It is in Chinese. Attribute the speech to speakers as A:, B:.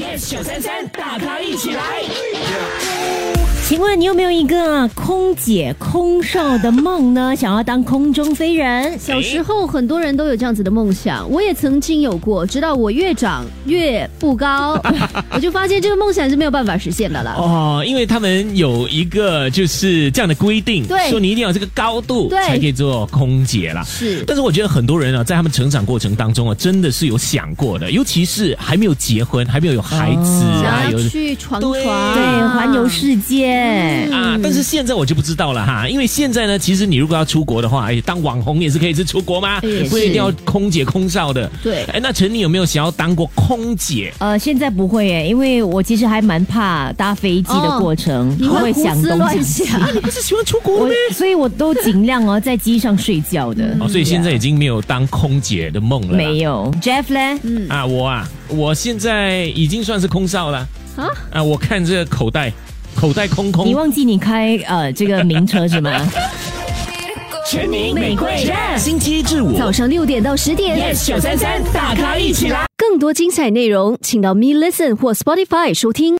A: yes 九三三，大咖一起来。
B: 请问你有没有一个空姐、空少的梦呢？想要当空中飞人？
C: 小时候很多人都有这样子的梦想，我也曾经有过，直到我越长越不高，我就发现这个梦想是没有办法实现的了。
A: 哦，因为他们有一个就是这样的规定，
C: 对
A: 说你一定要有这个高度
C: 对
A: 才可以做空姐啦。
C: 是
A: 但是我觉得很多人啊，在他们成长过程当中啊，真的是有想过的，尤其是还没有结婚、还没有有孩子啊，
C: 哦想
A: 有
C: 要去闯
A: 对
C: 闯，
B: 对，环游世
C: 嗯
B: 界。
A: 啊，但是现在我就不知道了哈，因为现在呢，其实你如果要出国的话，哎，当网红也是可以是出国吗？
C: 哎也是
A: 不一定要空姐空少的。
C: 对
A: 哎，那陈，你有没有想要当过空姐？
B: 呃，现在不会耶，因为我其实还蛮怕搭飞机的过程，
C: 哦你
B: 我
C: 会胡
B: 想
C: 思
B: 东
C: 乱
B: 想西。
C: 想，
A: 你不是喜欢出国
B: 我
A: 吗？
B: 所以我都尽量哦在机上睡觉的，
A: 哦，所以现在已经没有当空姐的梦了啦。
B: 没有。Jeff 呢？
A: 啊，我啊，我现在已经算是空少了
C: 啊
A: 啊！啊，我看这个口袋，口袋空
B: 你
A: 空。
B: 忘记你开呃这个名车是吗？
A: 全民
B: 玫瑰战
A: 星期一至五
C: 早上六点到十点
A: 九三三，大咖一起来。
C: 更多精彩内容，请到 Me Listen 或 Spotify 收听。